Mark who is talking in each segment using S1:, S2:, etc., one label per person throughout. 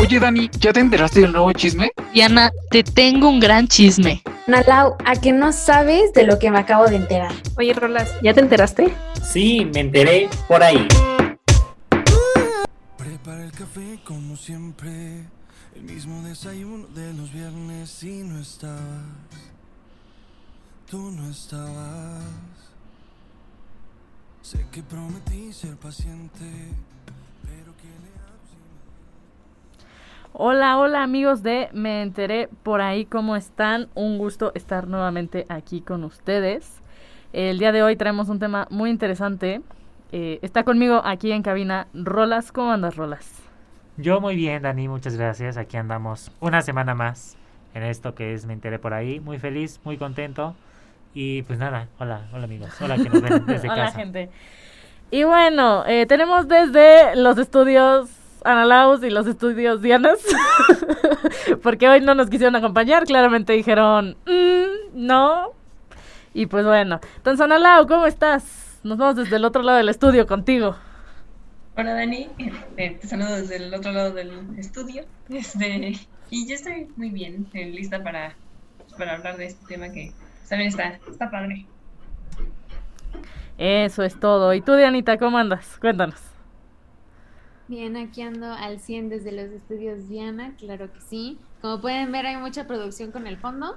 S1: Oye, Dani, ¿ya te enteraste del nuevo chisme?
S2: Diana, te tengo un gran chisme.
S3: Nalau, ¿a que no sabes de lo que me acabo de enterar?
S4: Oye, Rolas, ¿ya te enteraste?
S5: Sí, me enteré por ahí.
S6: Prepara el café como siempre, el mismo desayuno de los viernes y no estabas. Tú no estabas. Sé que prometí ser paciente, pero que le hago si me-
S7: Hola, hola amigos de Me enteré por ahí cómo están. Un gusto estar nuevamente aquí con ustedes. El día de hoy traemos un tema muy interesante. Eh, está conmigo aquí en cabina Rolas. ¿Cómo andas, Rolas?
S8: Yo muy bien, Dani, muchas gracias. Aquí andamos una semana más en esto que es Me enteré por ahí. Muy feliz, muy contento. Y pues nada, hola, hola amigos. Hola que nos ven desde
S7: Hola,
S8: casa.
S7: gente. Y bueno, eh, tenemos desde los estudios Analaus y los estudios Dianas, porque hoy no nos quisieron acompañar, claramente dijeron, "Mm, no. Y pues bueno, entonces Analau, ¿cómo estás? Nos vamos desde el otro lado del estudio contigo.
S9: Hola Dani, Este, te saludo desde el otro lado del estudio. Este, y yo estoy muy bien, eh, lista para, para hablar de este tema que también está, está padre.
S7: Eso es todo. ¿Y tú, Dianita, cómo andas? Cuéntanos.
S10: Bien, aquí ando al 100 desde los estudios Diana, claro que sí. Como pueden ver, hay mucha producción con el fondo.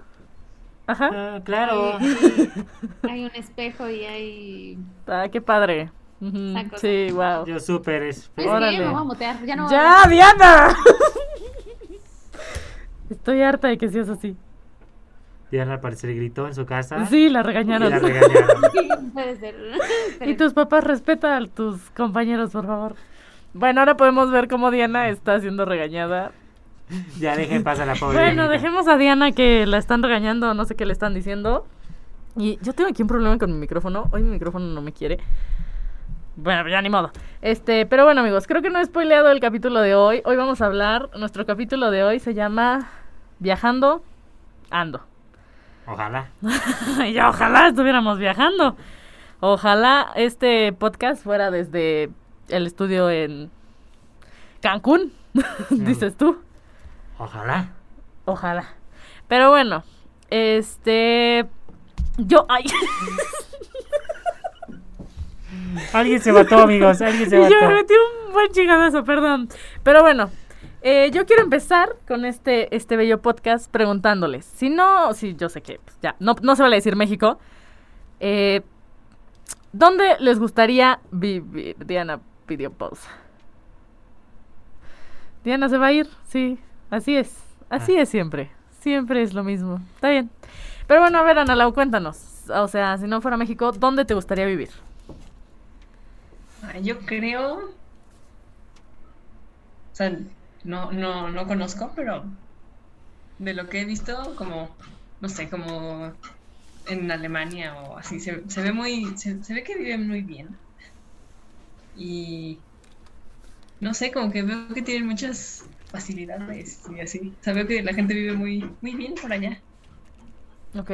S7: Ajá.
S8: Ah, claro.
S10: Hay, hay un espejo y hay...
S7: Ah, qué padre. Ujú,
S10: Esa cosa.
S7: Sí, wow.
S8: Yo súper es-
S10: Es
S7: Órale.
S10: que pues, me voy a mutear, ya no voy a
S7: ¡Ya, Diana! Estoy harta de que seas así.
S8: Diana al parecer gritó en su casa.
S7: ¿Ah? Sí, la
S8: Y
S7: regañaron.
S8: la regañaron.
S10: hablar. Puede ser.
S7: Y tus papás respeta a tus compañeros, por favor. Bueno, ahora podemos ver cómo Diana está siendo regañada.
S8: Ya dejen pasar a la pobre.
S7: Bueno,
S8: Dianita.
S7: dejemos a Diana que la están regañando, no sé qué le están diciendo. Y yo tengo aquí un problema con mi micrófono. Hoy mi micrófono no me quiere. Bueno, ya ni modo. Este, pero bueno, amigos, creo que no he spoileado el capítulo de hoy. Hoy vamos a hablar. Nuestro capítulo de hoy se llama Viajando Ando.
S8: Ojalá.
S7: Y ya ojalá estuviéramos viajando. Ojalá este podcast fuera desde el estudio en Cancún, dices tú.
S8: Ojalá.
S7: Ojalá. Pero bueno, este yo ay,
S8: Alguien se mató, amigos. Alguien se
S7: yo
S8: mató.
S7: me metí un buen chingadazo, perdón. Pero bueno, eh, yo quiero empezar con este este bello podcast preguntándoles. Si no, si yo sé que pues, ya no no se vale decir México. Eh, ¿Dónde les gustaría vivir? Diana pidió pausa. Diana se va a ir, sí, así es, así es siempre, siempre es lo mismo, está bien. Pero bueno, a ver, Ana Lau, cuéntanos, o sea, si no fuera México, ¿dónde te gustaría vivir?
S9: Ah, Yo creo, o sea, no, no, no conozco, pero de lo que he visto, como, no sé, como en Alemania o así, se, se ve muy, se, se ve que viven muy bien. Y no sé, como que veo que tienen muchas facilidades y así. O sea, veo que la gente vive muy, muy bien por allá.
S7: Ok,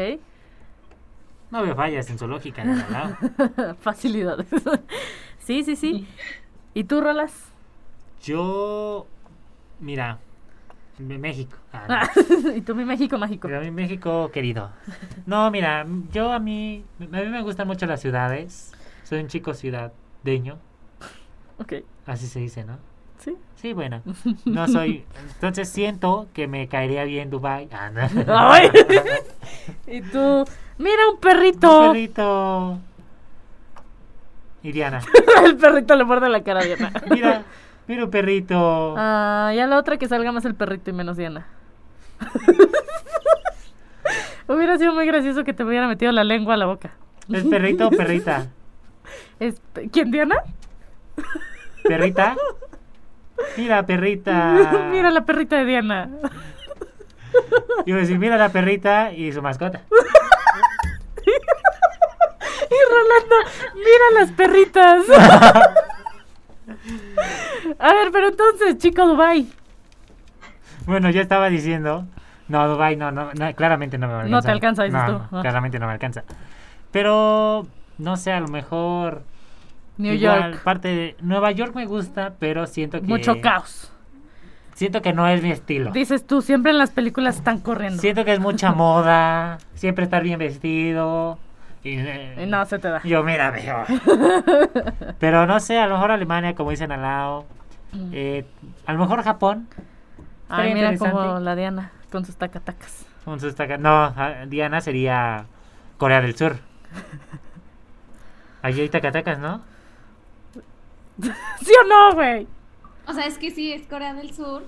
S8: No me fallas en su lógica, Diana, ¿no?
S7: facilidades. sí, sí, sí. ¿Y tú, Rolas?
S8: Yo. Mira. M- México. Ah, no.
S7: ¿Y tú, mi México mágico?
S8: Pero a mí México, querido. No, mira, yo a mí, a mí me gustan mucho las ciudades. Soy un chico ciudadeño,
S7: Ok,
S8: así se dice, ¿no?
S7: sí.
S8: Sí, bueno, no soy. Entonces siento que me caería bien Dubai. Ah, no.
S7: Ay. ¿Y tú? Mira un perrito.
S8: Un perrito. Iriana.
S7: el perrito le muerde la cara a Diana.
S8: Mira, mira un perrito.
S7: Ah, y a la otra que salga más el perrito y menos Diana. Hubiera sido muy gracioso que te hubiera metido la lengua a la boca.
S8: ¿Es perrito o perrita?
S7: Este, ¿Quién, Diana?
S8: ¿Perrita? Mira, perrita.
S7: Mira la perrita de Diana.
S8: Yo iba a decir, mira la perrita y su mascota.
S7: Y Rolando, mira las perritas. a ver, pero entonces, chico Dubai,
S8: Bueno, yo estaba diciendo. No, Dubai, no, no, no, claramente no me alcanza.
S7: No te alcanza, dices
S8: No,
S7: tú.
S8: no,
S7: Ah.
S8: claramente no me alcanza. Pero, no sé, a lo mejor.
S7: New
S8: igual
S7: York.
S8: Parte de Nueva York me gusta, pero siento que.
S7: Mucho caos.
S8: Siento que no es mi estilo.
S7: Dices tú, siempre en las películas están corriendo.
S8: Siento que es mucha moda, siempre estar bien vestido. Y, eh,
S7: Y no, se te da.
S8: Yo, mira, mejor. Pero no sé, a lo mejor Alemania, como dicen al lado. eh, a lo mejor Japón.
S7: Ay,
S8: Estaría
S7: mira como
S8: interesante.
S7: la Diana con sus tacatacas.
S8: Un sustaca- No, a- Diana sería Corea del Sur. Allí hay tacatacas, ¿no?
S7: ¿Sí o no, güey?
S10: O sea, es que sí, es Corea del Sur.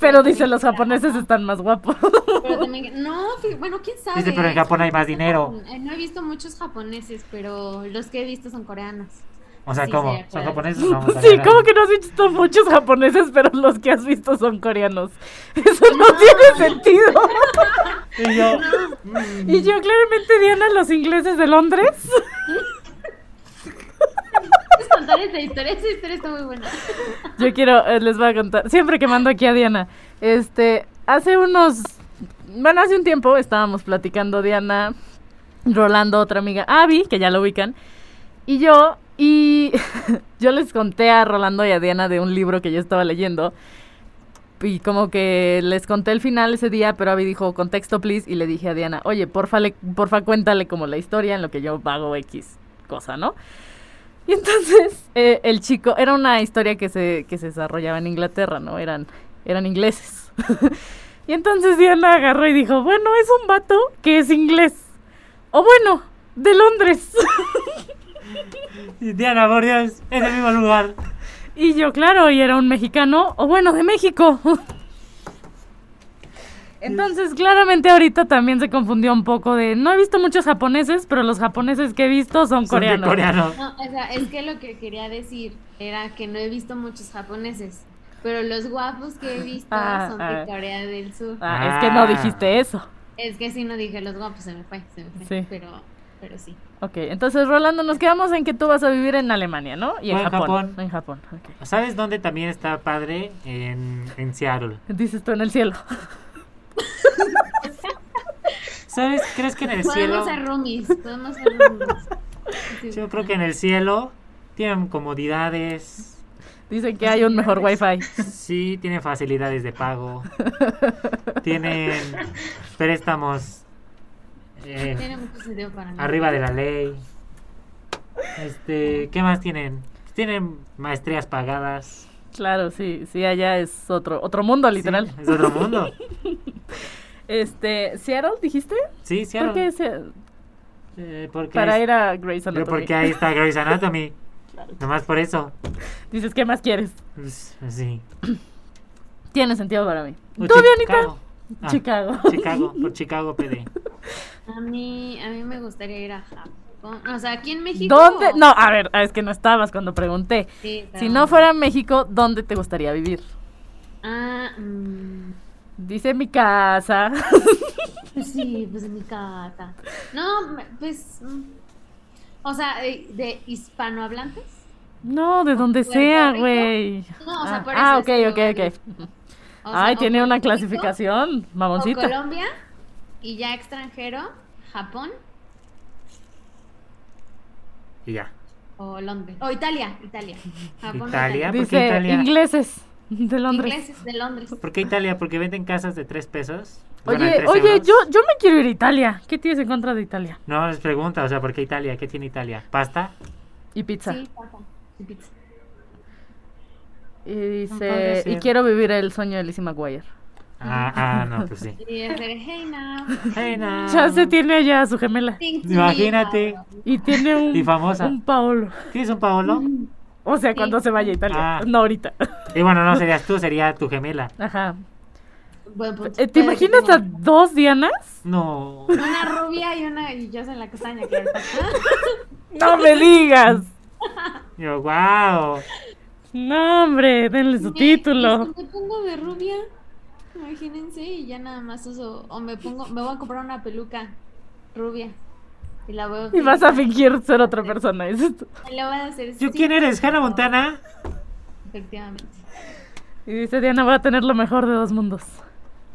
S7: Pero dicen los japoneses están más guapos.
S10: Pero también, no, fi- bueno, quién sabe.
S8: Dice, pero en Japón hay más dinero.
S10: Eh, No he visto muchos japoneses, pero los que he visto son coreanos.
S8: O sea,
S10: Sí,
S8: ¿cómo?
S10: sí,
S8: ¿Son
S10: Corea del
S8: japoneses?
S7: Sí,
S8: No, vamos a ver.
S7: ¿cómo que no has visto muchos japoneses, pero los que has visto son coreanos? Eso no, tiene sentido.
S8: Y yo,
S7: Y yo claramente Diana, los ingleses de Londres.
S10: Puedes contar esta historia, esa historia está muy buena.
S7: Yo quiero, eh, les voy a contar, siempre que mando aquí a Diana. Este, hace unos, bueno, hace un tiempo estábamos platicando Diana, Rolando, otra amiga, Abby, que ya lo ubican, y yo, y yo les conté a Rolando y a Diana de un libro que yo estaba leyendo. Y como que les conté el final ese día, pero Abby dijo, contexto, please, y le dije a Diana, oye, porfa, le- porfa cuéntale como la historia en lo que yo hago X cosa, ¿no? Y entonces eh, el chico, era una historia que se, que se desarrollaba en Inglaterra, ¿no? Eran, eran ingleses. y entonces Diana agarró y dijo, bueno, es un vato que es inglés. O bueno, de Londres.
S8: y Diana, por Dios, es el mismo lugar.
S7: y yo, claro, y era un mexicano, o bueno, de México. Entonces, claramente ahorita también se confundió un poco de, no he visto muchos japoneses, pero los japoneses que he visto son
S8: Son de
S7: coreanos.
S8: coreano.
S10: No, o sea, es que lo que quería decir era que no he visto muchos japoneses, pero los guapos que he visto
S7: Ah,
S10: son
S7: ah.
S10: de Corea del Sur.
S7: Ah, es que no
S8: Ah.
S7: dijiste eso.
S10: Es que si no dije los guapos, se me fue, se me fue.
S7: Sí.
S10: Pero, pero sí.
S7: Ok, entonces Rolando, nos quedamos en que tú vas a vivir en Alemania, ¿no? Y en
S8: O en
S7: Japón.
S8: Japón.
S7: En Japón, ok.
S8: ¿Sabes dónde también está padre? En, en Seattle.
S7: Dices tú en el cielo.
S8: ¿Sabes? ¿Crees que en el cielo?
S10: Podemos ser roomies, podemos ser roomies. Sí.
S8: Yo creo que en el cielo tienen comodidades.
S7: Dicen que hay un mejor wifi.
S8: Sí, tienen facilidades de pago. tienen préstamos eh,
S10: Tiene mucho sentido para mí.
S8: arriba de la ley. Este, ¿qué más tienen? Tienen maestrías pagadas.
S7: Claro, sí, sí, allá es otro, otro mundo, literal.
S8: Sí, es otro mundo.
S7: Este, Seattle, dijiste?
S8: Sí, sí.
S7: ¿Por qué se-
S8: eh, porque
S7: para
S8: es-
S7: ir a Grey's
S8: pero
S7: Anatomy?
S8: porque ahí está Grey's Anatomy. Nomás por eso.
S7: Dices, ¿qué más quieres?
S8: Pues, Sí.
S7: Tiene sentido para mí.
S8: O
S7: ¿Tú, Dianita?
S8: Chicago. Ah,
S7: Chicago.
S8: Chicago, por Chicago PD.
S10: A mí, a mí me gustaría ir a Japón. O sea, aquí en México.
S7: ¿Dónde? No, a ver, es que no estabas cuando pregunté.
S10: Sí,
S7: Si
S10: pero-
S7: no fuera México, ¿dónde te gustaría vivir?
S10: Ah, mm,
S7: Dice mi casa.
S10: pues sí, pues en mi casa. No, me- pues. mm, O sea, eh, de hispanohablantes.
S7: No, de donde
S10: Puerto
S7: sea,
S10: Rico.
S7: güey.
S10: No, o sea,
S7: Ah,
S10: por
S7: ah,
S10: eso
S7: ok,
S10: es
S7: ok,
S10: como-
S7: ok.
S10: O sea,
S7: Ay,
S10: o
S7: tiene una
S10: México,
S7: clasificación,
S10: o
S8: Ah,
S7: mamoncita.
S10: Colombia y ya extranjero, Japón
S8: Y ya.
S10: o Londres. O Italia, Italia. Japón,
S8: Italia. ¿por qué
S7: Dice
S8: Italia?
S7: ingleses de Londres.
S10: Ingleses de Londres.
S8: ¿Por qué Italia? Porque venden casas de 3 pesos. Bueno, de
S7: Oye,
S8: tres
S7: oye,
S8: euros.
S7: yo, yo me quiero ir a Italia. ¿Qué tienes en contra de Italia?
S8: No, les pregunta, o sea, ¿por qué Italia? ¿Qué tiene Italia? ¿Pasta?
S7: Y pizza.
S10: Sí, Japón. y pizza.
S7: Y
S8: podría
S7: dice, y
S8: ser.
S7: quiero vivir el sueño de Lizzie McGuire.
S8: Ah, ah, no, pues sí.
S10: Y hacer, hey now.
S8: Ay, no.
S10: Ah.
S7: Ya se tiene allá a su gemela.
S10: think to
S8: Imagínate.
S10: me about
S7: Y tiene un,
S8: Y famosa.
S7: un Paolo.
S8: ¿Tienes un Paolo?
S7: O sea, cuando se vaya a Italia.
S8: Ah.
S7: No ahorita.
S8: Y bueno, no serías tú, sería tu gemela.
S7: Ajá.
S10: Buen punto.
S7: Eh, ¿Te
S10: Puede que
S7: imaginas a
S10: tenga
S7: dos Dianas?
S8: No.
S10: pues, Una rubia y una y yo soy la castaña, claro. Ah,
S7: No me digas.
S8: Yo, wow.
S7: No, hombre, denle su título.
S10: Me, y si me pongo de rubia, imagínense, y ya nada más uso, o me pongo, me voy a comprar una peluca rubia. Y la voy a
S7: Y vas a fingir ser otra persona. dices tú.
S10: y la voy a hacer
S8: ¿Yo
S10: sí,
S8: quién eres? ¿Hannah Montana?
S10: Efectivamente.
S7: Y dice Diana, voy a tener lo mejor de dos mundos.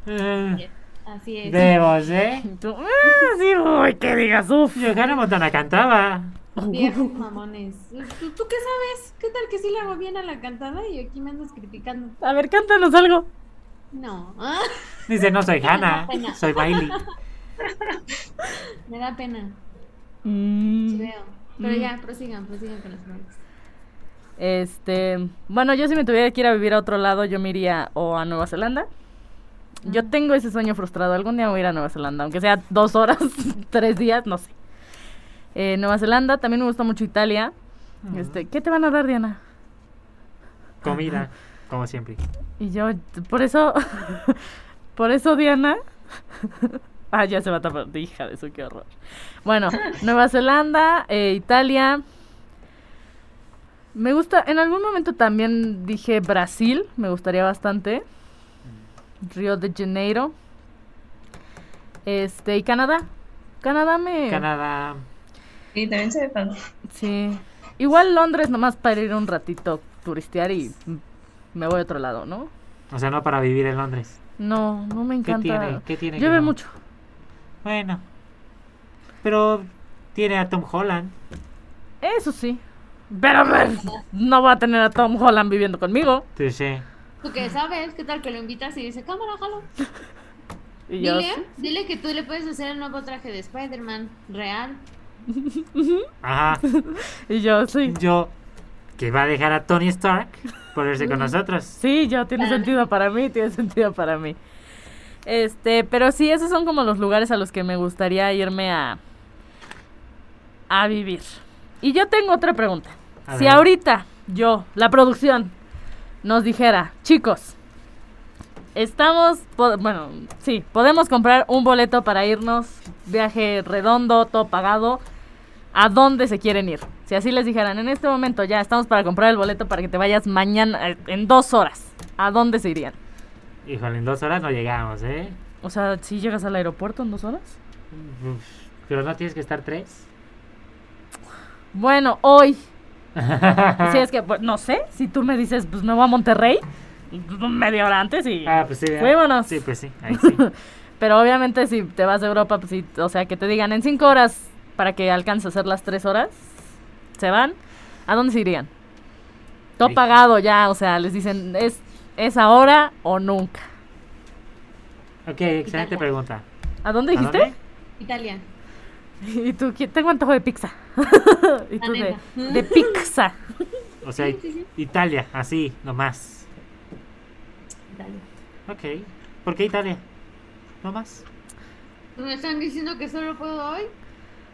S8: Eh,
S10: Así es.
S8: Debos, ¿eh?
S7: Y tú, ah, sí, uy, que digas, uff.
S8: Yo, Hannah Montana cantaba.
S10: Viejos mamones. ¿Tú, tú qué sabes? ¿Qué tal que sí le hago bien a la cantada y aquí me andas criticando?
S7: A ver, cántanos algo.
S10: No. Ah,
S8: Dice, no soy Hannah,
S10: pena.
S8: soy Bailey.
S10: me da pena.
S7: Mm,
S10: Creo. Pero
S7: Mm.
S10: ya, prosigan, prosigan con los nombres.
S7: Este, bueno, yo si me tuviera que ir a vivir a otro lado, yo me iría o a Nueva Zelanda. Yo tengo ese sueño frustrado. Algún día voy a ir a Nueva Zelanda, aunque sea dos horas, tres días, no sé. Eh, Nueva Zelanda, también me gusta mucho Italia. Este, ¿qué te van a dar, Diana?
S8: Comida, como siempre.
S7: Y yo, por eso, por eso Diana. ah, ya se va a tapar. Hija de eso, qué horror. Bueno, Nueva Zelanda, eh, Italia. Me gusta, en algún momento también dije Brasil, me gustaría bastante. Río de Janeiro. Este, y Canadá. Canadá me.
S8: Canadá,
S9: Y también se ve padre.
S7: Sí. Igual Londres nomás para ir un ratito turistear y mm, me voy a otro lado, ¿no?
S8: o sea, no para vivir en Londres.
S7: No, no me
S8: ¿Qué
S7: encanta.
S8: tiene? ¿Qué tiene que
S7: Llueve
S8: no?
S7: mucho.
S8: Bueno, pero tiene a Tom Holland.
S7: Eso sí. Pero pues, no va a tener a Tom Holland viviendo conmigo.
S8: Touché.
S10: ¿Tú qué sabes? ¿Qué tal que lo invitas y dice, cámara, jalo?
S7: Y yo,
S10: Dile, dile que tú le puedes hacer el nuevo traje de Spider-Man real.
S8: Ajá,
S7: y yo sí.
S8: yo, que va a dejar a Tony Stark por irse con nosotros.
S7: Sí, yo, tiene sentido para mí, tiene sentido para mí. Este, pero sí, esos son como los lugares a los que me gustaría irme a, a vivir. Y yo tengo otra pregunta.
S8: A
S7: si
S8: ver.
S7: ahorita yo, la producción, nos dijera, chicos, estamos, po- bueno, sí, podemos comprar un boleto para irnos, viaje redondo, todo pagado, ¿a dónde se quieren ir? Si así les dijeran, en este momento ya estamos para comprar el boleto para que te vayas mañana, eh, en dos horas, ¿a dónde se irían?
S8: Híjole, en dos horas no llegamos, ¿eh?
S7: O sea, si llegas al aeropuerto en dos horas.
S8: Uf, Pero no tienes que estar tres.
S7: Bueno, hoy, si es que, pues, no sé, si tú me dices, pues me voy a Monterrey, pues, media hora antes y...
S8: Ah, pues sí. ah,
S7: Fuémonos.
S8: Sí, pues sí, ahí sí.
S7: Pero obviamente si te vas a Europa, pues sí, o sea, que te digan en cinco horas para que alcances a hacer las tres horas, se van. ¿A dónde se irían? Todo
S8: Ay.
S7: pagado ya, o sea, les dicen, es, es ahora o nunca.
S8: Ok, excelente
S10: Italia.
S8: pregunta.
S7: ¿A dónde
S8: ¿A
S7: dijiste?
S8: dónde?
S10: Italia.
S7: Y tú, ¿qué- tengo antojo de pizza. y
S10: La
S7: tú de,
S10: neta.
S7: de pizza.
S8: O sea, Italia, así, nomás.
S10: Italia.
S8: Ok. ¿Por qué Italia? Nomás.
S10: ¿Me están diciendo que solo puedo hoy?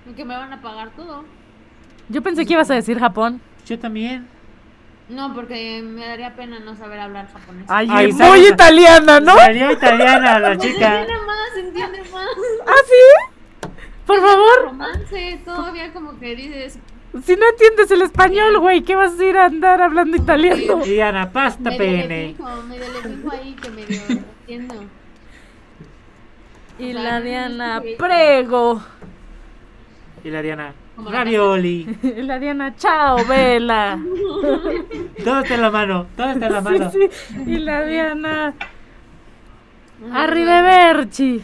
S10: ¿Y que me van a pagar todo?
S7: Yo pensé que ibas a decir Japón.
S8: Yo también.
S10: No, porque me daría pena no saber hablar japonés.
S7: Ay,
S8: Ay,
S7: muy
S8: ¿sabes?
S7: italiana, ¿no?
S8: Salió italiana la
S10: Pues
S8: chica.
S10: entiende más, entiende más.
S7: ¿Ah, sí? Por favor,
S10: Romance, todavía como que dices,
S7: si no entiendes el español, güey, ¿qué vas a ir a andar hablando italiano?
S8: Diana, pasta
S10: medio le
S8: pene.
S10: fijo, medio le fijo ahí que medio entiendo.
S7: Y
S10: O sea,
S7: la
S10: no
S7: Diana
S10: sé.
S7: prego.
S8: Y la Diana,
S10: Como la
S8: ravioli.
S7: Y la Diana chao, vela.
S8: Todo está en la mano, todo está en la
S7: Sí,
S8: mano.
S7: sí. Y la Diana
S10: Ajá,
S7: arrivederci.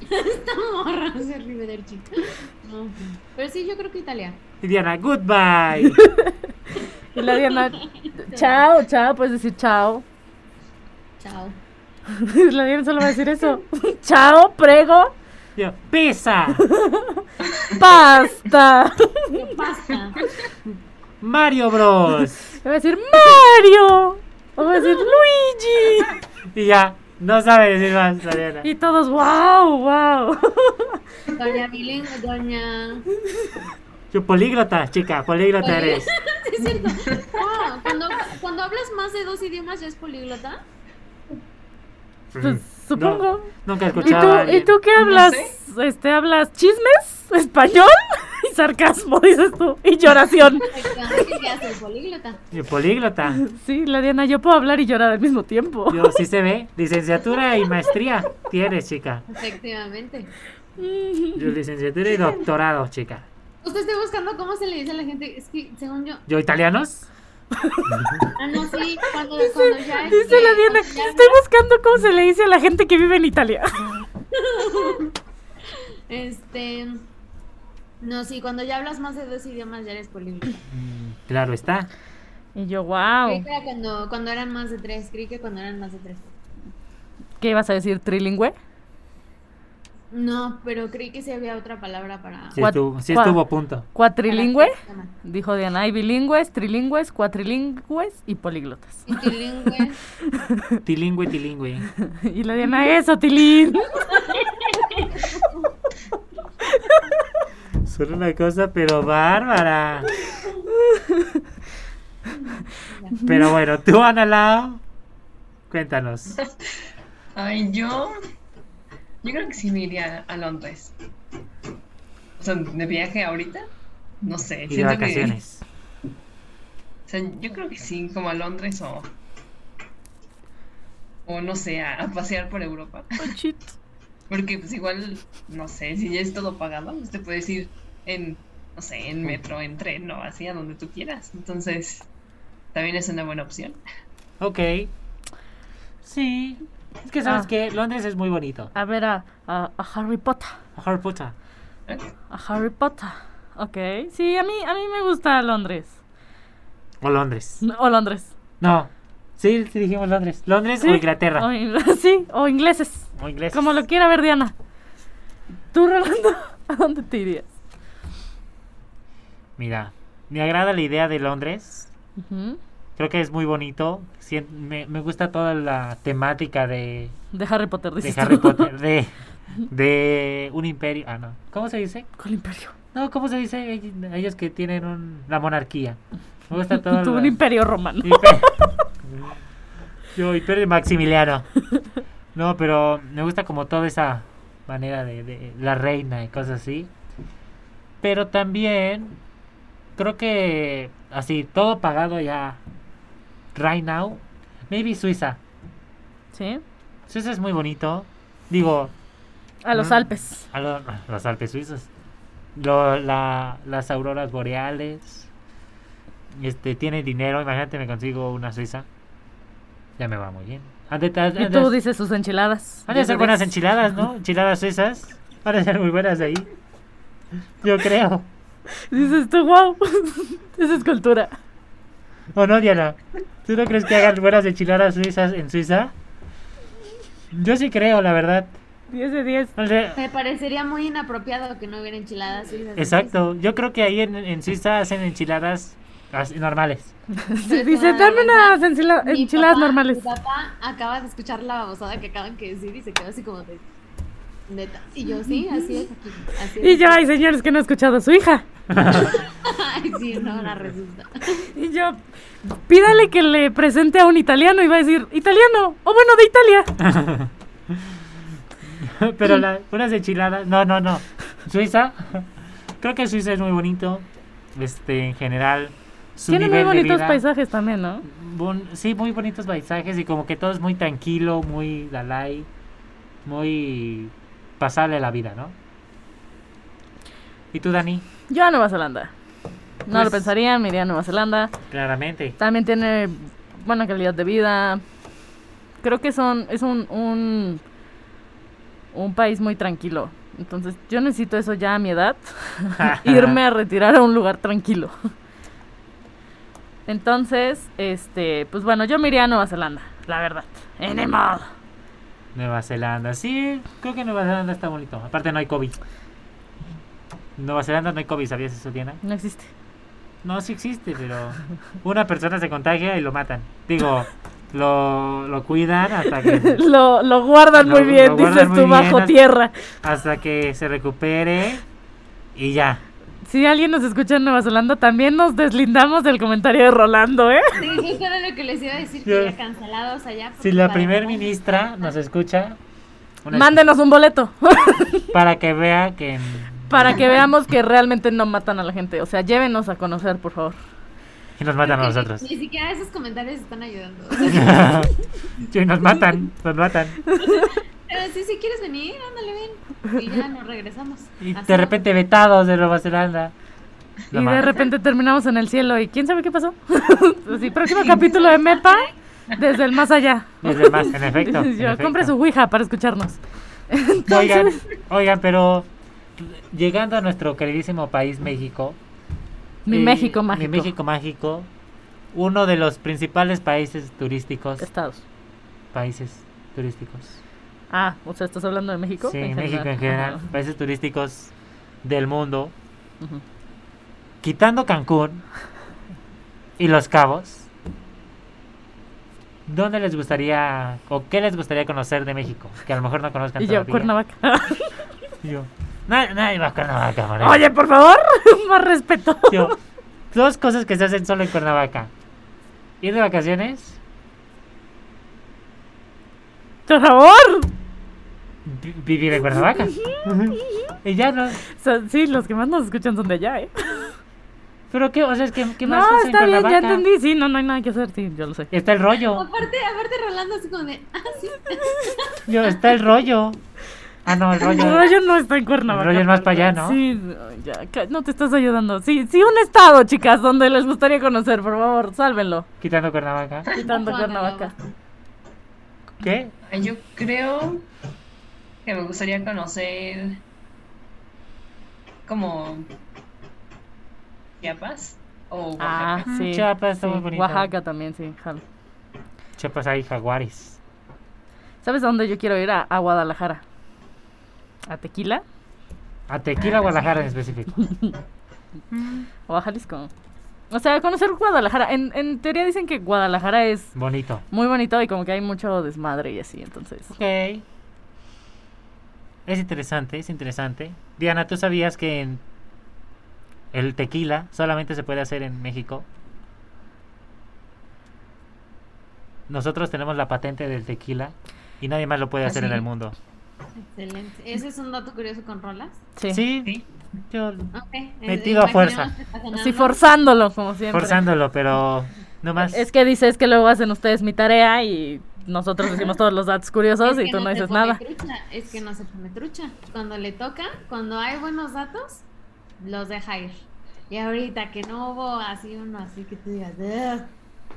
S10: Esta morra se ríe del chico. No. Pero sí, yo creo que Italia.
S8: Y Diana, goodbye.
S7: Y la Diana chao, chao, puedes decir chao.
S10: Chao.
S7: Y la Diana solo va a decir eso. Chao, prego,
S8: Yo, pizza.
S7: pasta.
S10: ¿Qué pasa?
S8: Mario Bros.
S7: Y va a decir Mario. O va a decir Luigi.
S8: Y ya, no sabe decir más la Diana.
S7: Y todos, wow, wow.
S10: Doña bilingüe, doña.
S8: Yo, políglota, chica, políglota eres.
S10: Sí, es cierto. Ah, cuando, cuando hablas más de dos idiomas ya es políglota.
S7: Pues,
S8: Mm,
S7: supongo.
S8: no, nunca he
S7: ¿Y tú,
S8: escuchado. a
S7: ¿Y
S8: alguien.
S7: tú qué
S9: No
S7: hablas?
S9: sé.
S7: Este, ¿Hablas chismes? ¿Español? Y sarcasmo, dices tú. Y lloración.
S10: Efectivamente, ya soy políglota.
S8: Yo, políglota.
S7: Sí, la Diana, yo puedo hablar y llorar al mismo tiempo.
S8: Yo, sí se ve. Licenciatura y maestría tienes, chica.
S10: Efectivamente.
S8: Yo, licenciatura y doctorado, chica.
S10: Usted está buscando cómo se le dice a la gente. Es que, según yo.
S8: ¿Yo, italianos?
S10: Ah, no, sí. Cuando, cuando ya.
S7: Dice
S10: este,
S7: la Diana,
S10: cuando ya
S7: estoy buscando cómo se le dice a la gente que vive en Italia.
S10: Este. No, sí, cuando ya hablas más de dos idiomas ya eres políglota.
S8: Mm, claro está.
S7: Y yo, wow.
S10: Creí que era cuando, cuando eran más de tres, creí que cuando eran más de tres.
S7: ¿Qué ibas a decir? ¿Trilingüe?
S10: No, pero creí que sí había otra palabra para...
S8: Sí
S7: Cuat-
S8: estuvo, sí
S7: cua-
S8: estuvo a punto.
S7: ¿Cuatrilingüe?
S10: para tres idiomas.
S7: Dijo Diana, hay bilingües, trilingües, cuatrilingües y políglotas.
S10: Y trilingüe,
S8: Tilingüe, tilingüe.
S7: Y la Diana, eso, Tilín.
S8: Solo una cosa, pero bárbara. Pero bueno, tú, Ana Lau, cuéntanos.
S9: Ay, yo. Yo creo que sí me iría a Londres. O sea, de viaje ahorita. No sé.
S8: Y de
S9: siento que-
S8: vacaciones.
S9: o sea, yo creo que sí, como a Londres o. O no sé, a, a pasear por Europa.
S7: Pochito.
S9: Porque pues igual, no sé, si ya es todo pagado, pues te puedes ir en, no sé, en metro, en tren, no, así a donde tú quieras. Entonces, también es una buena opción.
S8: Ok. Sí. Es que sabes
S7: Ah.
S8: que Londres es muy bonito.
S7: A ver, a, a- a Harry Potter.
S8: Mejor puta.
S7: A Harry Potter. Ok. Sí, a mí, a mí me gusta Londres.
S8: O Londres.
S7: O Londres.
S8: No. Sí, sí dijimos Londres. Londres
S7: Sí.
S8: o Inglaterra.
S7: O in- sí, o ingleses.
S8: O inglés.
S7: Como lo quiera ver Diana. Tú, Rolando, ¿a dónde te irías?
S8: Mira, me agrada la idea de Londres.
S7: Ujú.
S8: Creo que es muy bonito. Sien- Me, me gusta toda la temática de,
S7: De Harry Potter,
S8: de
S7: dices
S8: Harry
S7: tú.
S8: Potter. De, de un imperio. Ah, no. ¿Cómo se dice?
S7: ¿Cuál imperio?
S8: No, ¿cómo se dice? Ell- Ellos que tienen un, la monarquía. Me gusta todo.
S7: Tú, un
S8: la-
S7: imperio romano.
S8: Hiper- Yo, hiper de Maximiliano. No, pero me gusta como toda esa manera de, de la reina y cosas así. Pero también creo que así, todo pagado ya right now. Maybe Suiza.
S7: ¿Sí?
S8: Suiza es muy bonito. Digo,
S7: A los
S8: Mm.
S7: Alpes.
S8: a lo- los Alpes suizos. Lo- la- las auroras boreales. Este, tiene dinero. Imagínate, me consigo una suiza. Ya me va muy bien. Han de, han de-
S7: Y tú dices sus enchiladas.
S8: han de
S7: Yo
S8: ser
S7: diría-
S8: buenas enchiladas, ¿no? Enchiladas suizas. Van a ser muy buenas ahí. Yo creo.
S7: Dices tú, wow. Esa es cultura.
S8: ¿O no, Diana? ¿Tú no crees que hagan buenas enchiladas suizas en Suiza? Yo sí creo, la verdad.
S7: 10 de 10.
S8: O sea,
S10: me parecería muy inapropiado que no hubiera enchiladas suizas. en
S8: Exacto. Yo creo que ahí en, en Suiza hacen enchiladas así normales.
S7: Sí, dice, dame unas enchila-
S10: Mi
S7: enchiladas
S10: papá-
S7: normales.
S10: Mi papá acaba de escuchar la babosada que acaban de decir y se quedó así como de. Neta. Y yo, sí, así es aquí. Así es
S7: Y yo, ay, señores, que no he escuchado a su hija.
S10: Ay, sí, no, ahora resulta.
S7: Y yo, pídale que le presente a un italiano y va a decir, italiano, o bueno, de Italia.
S8: Pero la- unas enchiladas, no, no, no. Suiza, creo que Suiza es muy bonito. Este, en general, su
S7: Tiene muy
S8: nivel de
S7: bonitos
S8: vida,
S7: paisajes también, ¿no?
S8: bon- sí, muy bonitos paisajes y como que todo es muy tranquilo, muy dalai, muy pasable la vida, ¿no? ¿Y tú, Dani?
S7: Yo a Nueva Zelanda. No lo
S8: Pues-
S7: pensaría, me iría a Nueva Zelanda.
S8: Claramente.
S7: También tiene buena calidad de vida. Creo que son es un, un, un país muy tranquilo. Entonces, yo necesito eso ya a mi edad. irme a retirar a un lugar tranquilo. Entonces, este, pues bueno, yo me iría a Nueva Zelanda, la verdad. En el modo.
S8: Nueva Zelanda, sí, creo que Nueva Zelanda está bonito. Aparte no hay COVID. Nueva Zelanda no hay COVID, ¿sabías eso, Diana?
S7: No existe.
S8: No, sí existe, pero una persona se contagia y lo matan. Digo, lo, lo cuidan hasta que,
S7: Lo, lo guardan
S8: Lo-
S7: muy bien,
S8: lo guardan
S7: dices
S8: muy
S7: tú,
S8: bien,
S7: bajo
S8: hasta-
S7: tierra.
S8: hasta que se recupere y ya.
S7: Si alguien nos escucha en Nueva Zelanda, también nos deslindamos del comentario de Rolando, ¿eh?
S10: Sí, justo era lo que les iba a decir
S8: Yo-
S10: que ya cancelados allá.
S8: Si
S10: porque
S8: la
S10: para-
S8: primer ministra nos escucha, una-
S7: Mándenos un boleto
S8: para que vea que... en-
S7: para que veamos que realmente no matan a la gente. O sea, llévenos a conocer, por favor.
S8: Y nos matan a
S10: Creo que
S8: nosotros.
S10: Ni siquiera esos comentarios están ayudando.
S8: Sí, nos matan, nos matan.
S10: Pero sí, si quieres venir, ándale, ven. Y ya nos regresamos.
S8: Y
S10: Así.
S8: de repente vetados de Nueva Zelanda. Lo
S7: y de
S8: matan.
S7: repente terminamos en el cielo y quién sabe qué pasó. Así, próximo capítulo de MEPA desde el más allá.
S8: Los demás, en efecto. en
S7: Yo, compre
S8: efecto.
S7: su Ouija para escucharnos.
S8: Oigan, oigan, pero llegando a nuestro queridísimo país México. eh,
S7: Mi México
S8: Mi
S7: mágico.
S8: México mágico. Uno de los principales países turísticos.
S7: Estados.
S8: Países turísticos.
S7: Ah, o sea, ¿estás hablando de México?
S8: Sí, México en general.
S7: Ajá.
S8: Países turísticos del mundo.
S7: Ujú.
S8: Quitando Cancún y Los Cabos. ¿Dónde les gustaría o qué les gustaría conocer de México? Que a lo mejor no conozcan
S7: Y yo,
S8: todavía.
S7: Cuernavaca.
S8: Y yo, "Na- nadie va a Cuernavaca, María".
S7: Oye, por favor, más respeto.
S8: Yo, dos cosas que se hacen solo en Cuernavaca. Ir de vacaciones,
S7: Por favor.
S8: vi- vivir en Cuernavaca. y ya no.
S7: O sea, sí, los que más nos escuchan son de allá, ¿eh?
S8: Pero qué, o sea, es que qué más
S7: No,
S8: se hace en
S7: está bien, ya
S8: Cuernavaca?
S7: entendí. Sí, no, no hay nada que hacer, sí, yo lo sé.
S8: Está el rollo.
S10: Aparte, aparte Rolando así como de, ah, sí.
S8: Yo, está el rollo. Ah, no, el rollo.
S7: El rollo no está en Cuernavaca.
S8: El rollo es más para allá,
S7: perdón.
S8: ¿no?
S7: Sí, no, ya, ca- no te estás ayudando. Sí, sí, un estado, chicas, donde les gustaría conocer, por favor, sálvenlo.
S8: Quitando Cuernavaca.
S7: Quitando
S10: Ojo,
S7: Cuernavaca.
S8: ¿Qué?
S9: Ay, Yo creo que me gustaría conocer como Chiapas o
S7: Ah,
S9: Oaxaca.
S7: sí.
S8: Chiapas está
S7: sí,
S8: muy bonito.
S7: Oaxaca también, sí, jalo.
S8: Chiapas hay jaguares.
S7: ¿Sabes a dónde yo quiero ir? A, a Guadalajara. ¿A Tequila
S8: A Tequila, Guadalajara en específico.
S7: o a Jalisco? O sea, conocer Guadalajara. En, en teoría dicen que Guadalajara es
S8: Bonito.
S7: muy bonito y como que hay mucho desmadre y así, entonces.
S8: Ok. Es interesante, es interesante. Diana, ¿tú sabías que en el tequila solamente se puede hacer en México? Nosotros tenemos la patente del tequila y nadie más lo puede hacer en
S9: ¿Ah, sí?
S8: el mundo.
S10: Excelente. Ese es un dato curioso con Rolas.
S7: Sí.
S8: Sí,
S9: Sí.
S8: yo
S10: Ok.
S8: Metido a fuerza.
S10: Imaginemos que está cenando.
S7: Sí, forzándolo, como siempre.
S8: forzándolo, pero no más.
S7: Es que dices que luego hacen ustedes mi tarea y nosotros decimos todos los datos curiosos
S10: Es
S7: y
S10: que
S7: tú no,
S10: se
S7: dices
S10: pone
S7: nada.
S10: trucha, Es que no se pone trucha. Cuando le toca, cuando hay buenos datos, los deja ir. Y ahorita que no hubo así uno así que tú digas, "Ugh,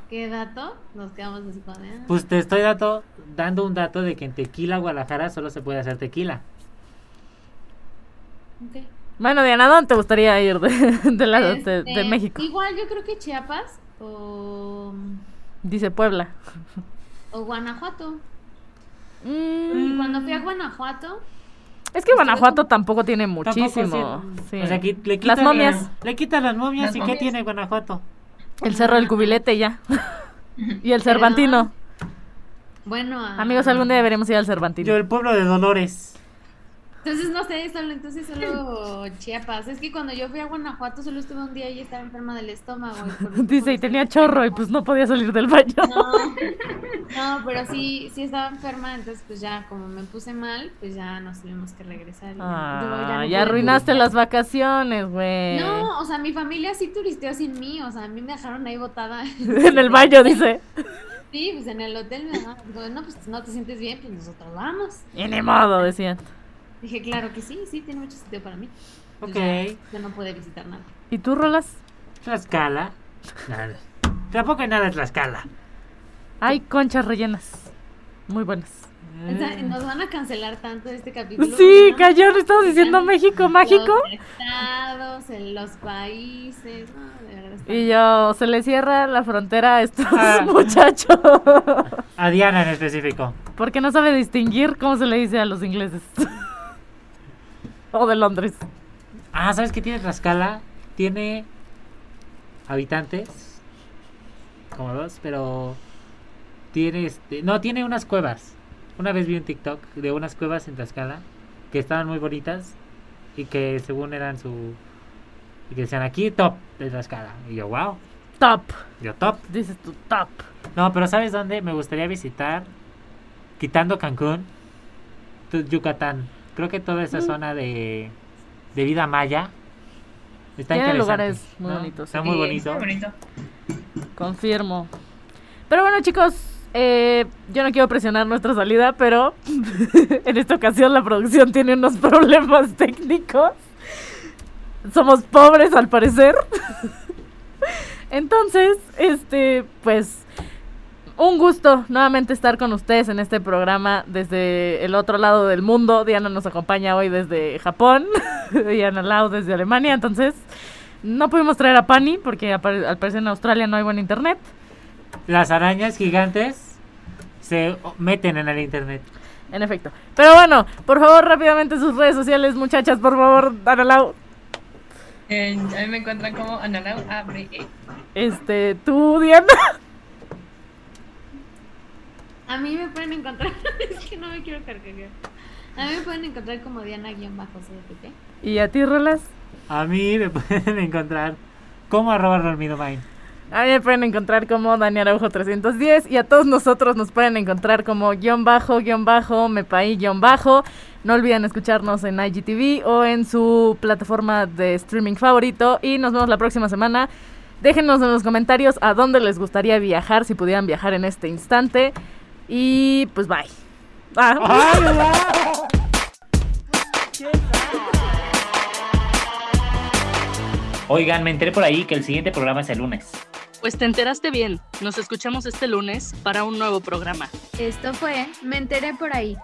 S10: ¿qué dato? Nos quedamos así con "Ah".
S8: Pues te estoy dato, dando un dato de que en Tequila, Guadalajara, solo se puede hacer tequila.
S10: Ok.
S7: Bueno, Diana, ¿dónde te gustaría ir de, de la- de- de
S10: Este,
S7: México?
S10: Igual yo creo que Chiapas o,
S7: Dice Puebla.
S10: o Guanajuato.
S7: Mm,
S10: Cuando fui a Guanajuato,
S7: es que Guanajuato tampoco tiene
S8: Tampoco,
S7: muchísimo. sí.
S8: O sea, qui- le
S7: Las
S8: quitan-
S7: momias.
S8: Le quitan las momias
S9: Las
S8: y
S9: momias.
S8: ¿qué tiene Guanajuato?
S7: El cerro del cubilete ya. y el Cervantino.
S10: bueno, a-
S7: Amigos, algún
S10: Ah.
S7: día deberíamos ir al Cervantino.
S8: Yo, el pueblo de Dolores.
S10: Entonces no sé, solo, entonces solo Chiapas. Es que cuando yo fui a Guanajuato solo estuve un día y estaba enferma del estómago. y por-
S7: Dice, y
S10: por-
S7: tenía chorro y pues no podía salir del baño.
S10: No, no, pero sí, sí estaba enferma, entonces pues ya como me puse mal, pues ya nos tuvimos que regresar. y ya- yo
S7: Ah,
S10: ya no
S7: ya
S10: pude.
S7: arruinaste las vacaciones, güey.
S10: No, o sea, mi familia sí turisteó sin mí, o sea, a mí me dejaron ahí botada.
S7: en el baño, dice.
S10: Sí, pues en el hotel me dejaron. Digo, no, pues no te sientes bien, pues nosotros vamos.
S7: Y ni modo, decían.
S10: Dije, claro que sí, sí, tiene mucho sentido para mí.
S8: Ok.
S10: Entonces, ya- Yo no pude visitar nada.
S7: ¿Y tú, Rolas?
S8: Tlaxcala. Nada. Tampoco hay nada en Tlaxcala.
S7: Hay conchas rellenas. Muy buenas.
S10: O sea, nos van a cancelar tanto este capítulo.
S7: Ah. Sí,
S10: ¿no?
S7: cayó, estamos diciendo
S10: Ya-
S7: México mágico.
S10: Los estados, en los países, no, de verdad. está-
S7: Y yo, se le cierra la frontera a estos
S8: Ah.
S7: muchachos.
S8: A Diana en específico.
S7: Porque no sabe distinguir cómo se le dice a los ingleses. o de Londres.
S8: Ah, ¿sabes qué tiene Tlaxcala? Tiene habitantes. Como dos, pero. Tiene este. No, tiene unas cuevas. Una vez vi un TikTok de unas cuevas en Tlaxcala que estaban muy bonitas y que según eran su. Y que decían aquí top de Tlaxcala. Y yo, wow,
S7: Top.
S8: yo top.
S7: Dices tú, top.
S8: No, pero ¿sabes dónde me gustaría visitar? Quitando Cancún, Tu- Yucatán. Creo que toda
S7: Mm.
S8: esa zona de, de vida maya está
S7: Tiene
S8: interesante.
S7: lugares muy
S8: ¿no?
S7: bonitos,
S8: Está
S7: sí.
S8: muy
S9: Sí,
S8: bonito.
S9: muy bonito.
S7: Confirmo. Pero bueno, chicos, eh, yo no quiero presionar nuestra salida, pero en esta ocasión la producción tiene unos problemas técnicos. Somos pobres al parecer. Entonces, este, pues un gusto nuevamente estar con ustedes en este programa desde el otro lado del mundo. Diana nos acompaña hoy desde Japón, Diana Lau desde Alemania, entonces no pudimos traer a Pani porque apare- al parecer en Australia no hay buen internet.
S8: Las arañas gigantes se o- meten en el internet.
S7: En efecto. Pero bueno, por favor rápidamente sus redes sociales, muchachas, por favor, Ana Lau.
S9: Eh, a mí me encuentran como Analau Abre.
S7: Este, tú, Diana.
S10: A mí me pueden encontrar, es que no me quiero carcajear. A mí me pueden encontrar como Diana-CDPT.
S7: Y a ti, Rolas.
S8: A mí me pueden encontrar como arroba dormido mine.
S7: A mí me pueden encontrar como Dani Araujo 310 y a todos nosotros nos pueden encontrar como guión bajo, guión bajo, mepaí, guión bajo. No olviden escucharnos en IGTV o en su plataforma de streaming favorito y nos vemos la próxima semana. Déjenos en los comentarios a dónde les gustaría viajar, si pudieran viajar en este instante. Y pues bye. Ah.
S8: ¡Ay, guau!
S5: Oigan, me enteré por ahí que el siguiente programa es el lunes.
S2: Pues te enteraste bien. Nos escuchamos este lunes para un nuevo programa.
S3: Esto fue Me enteré por ahí.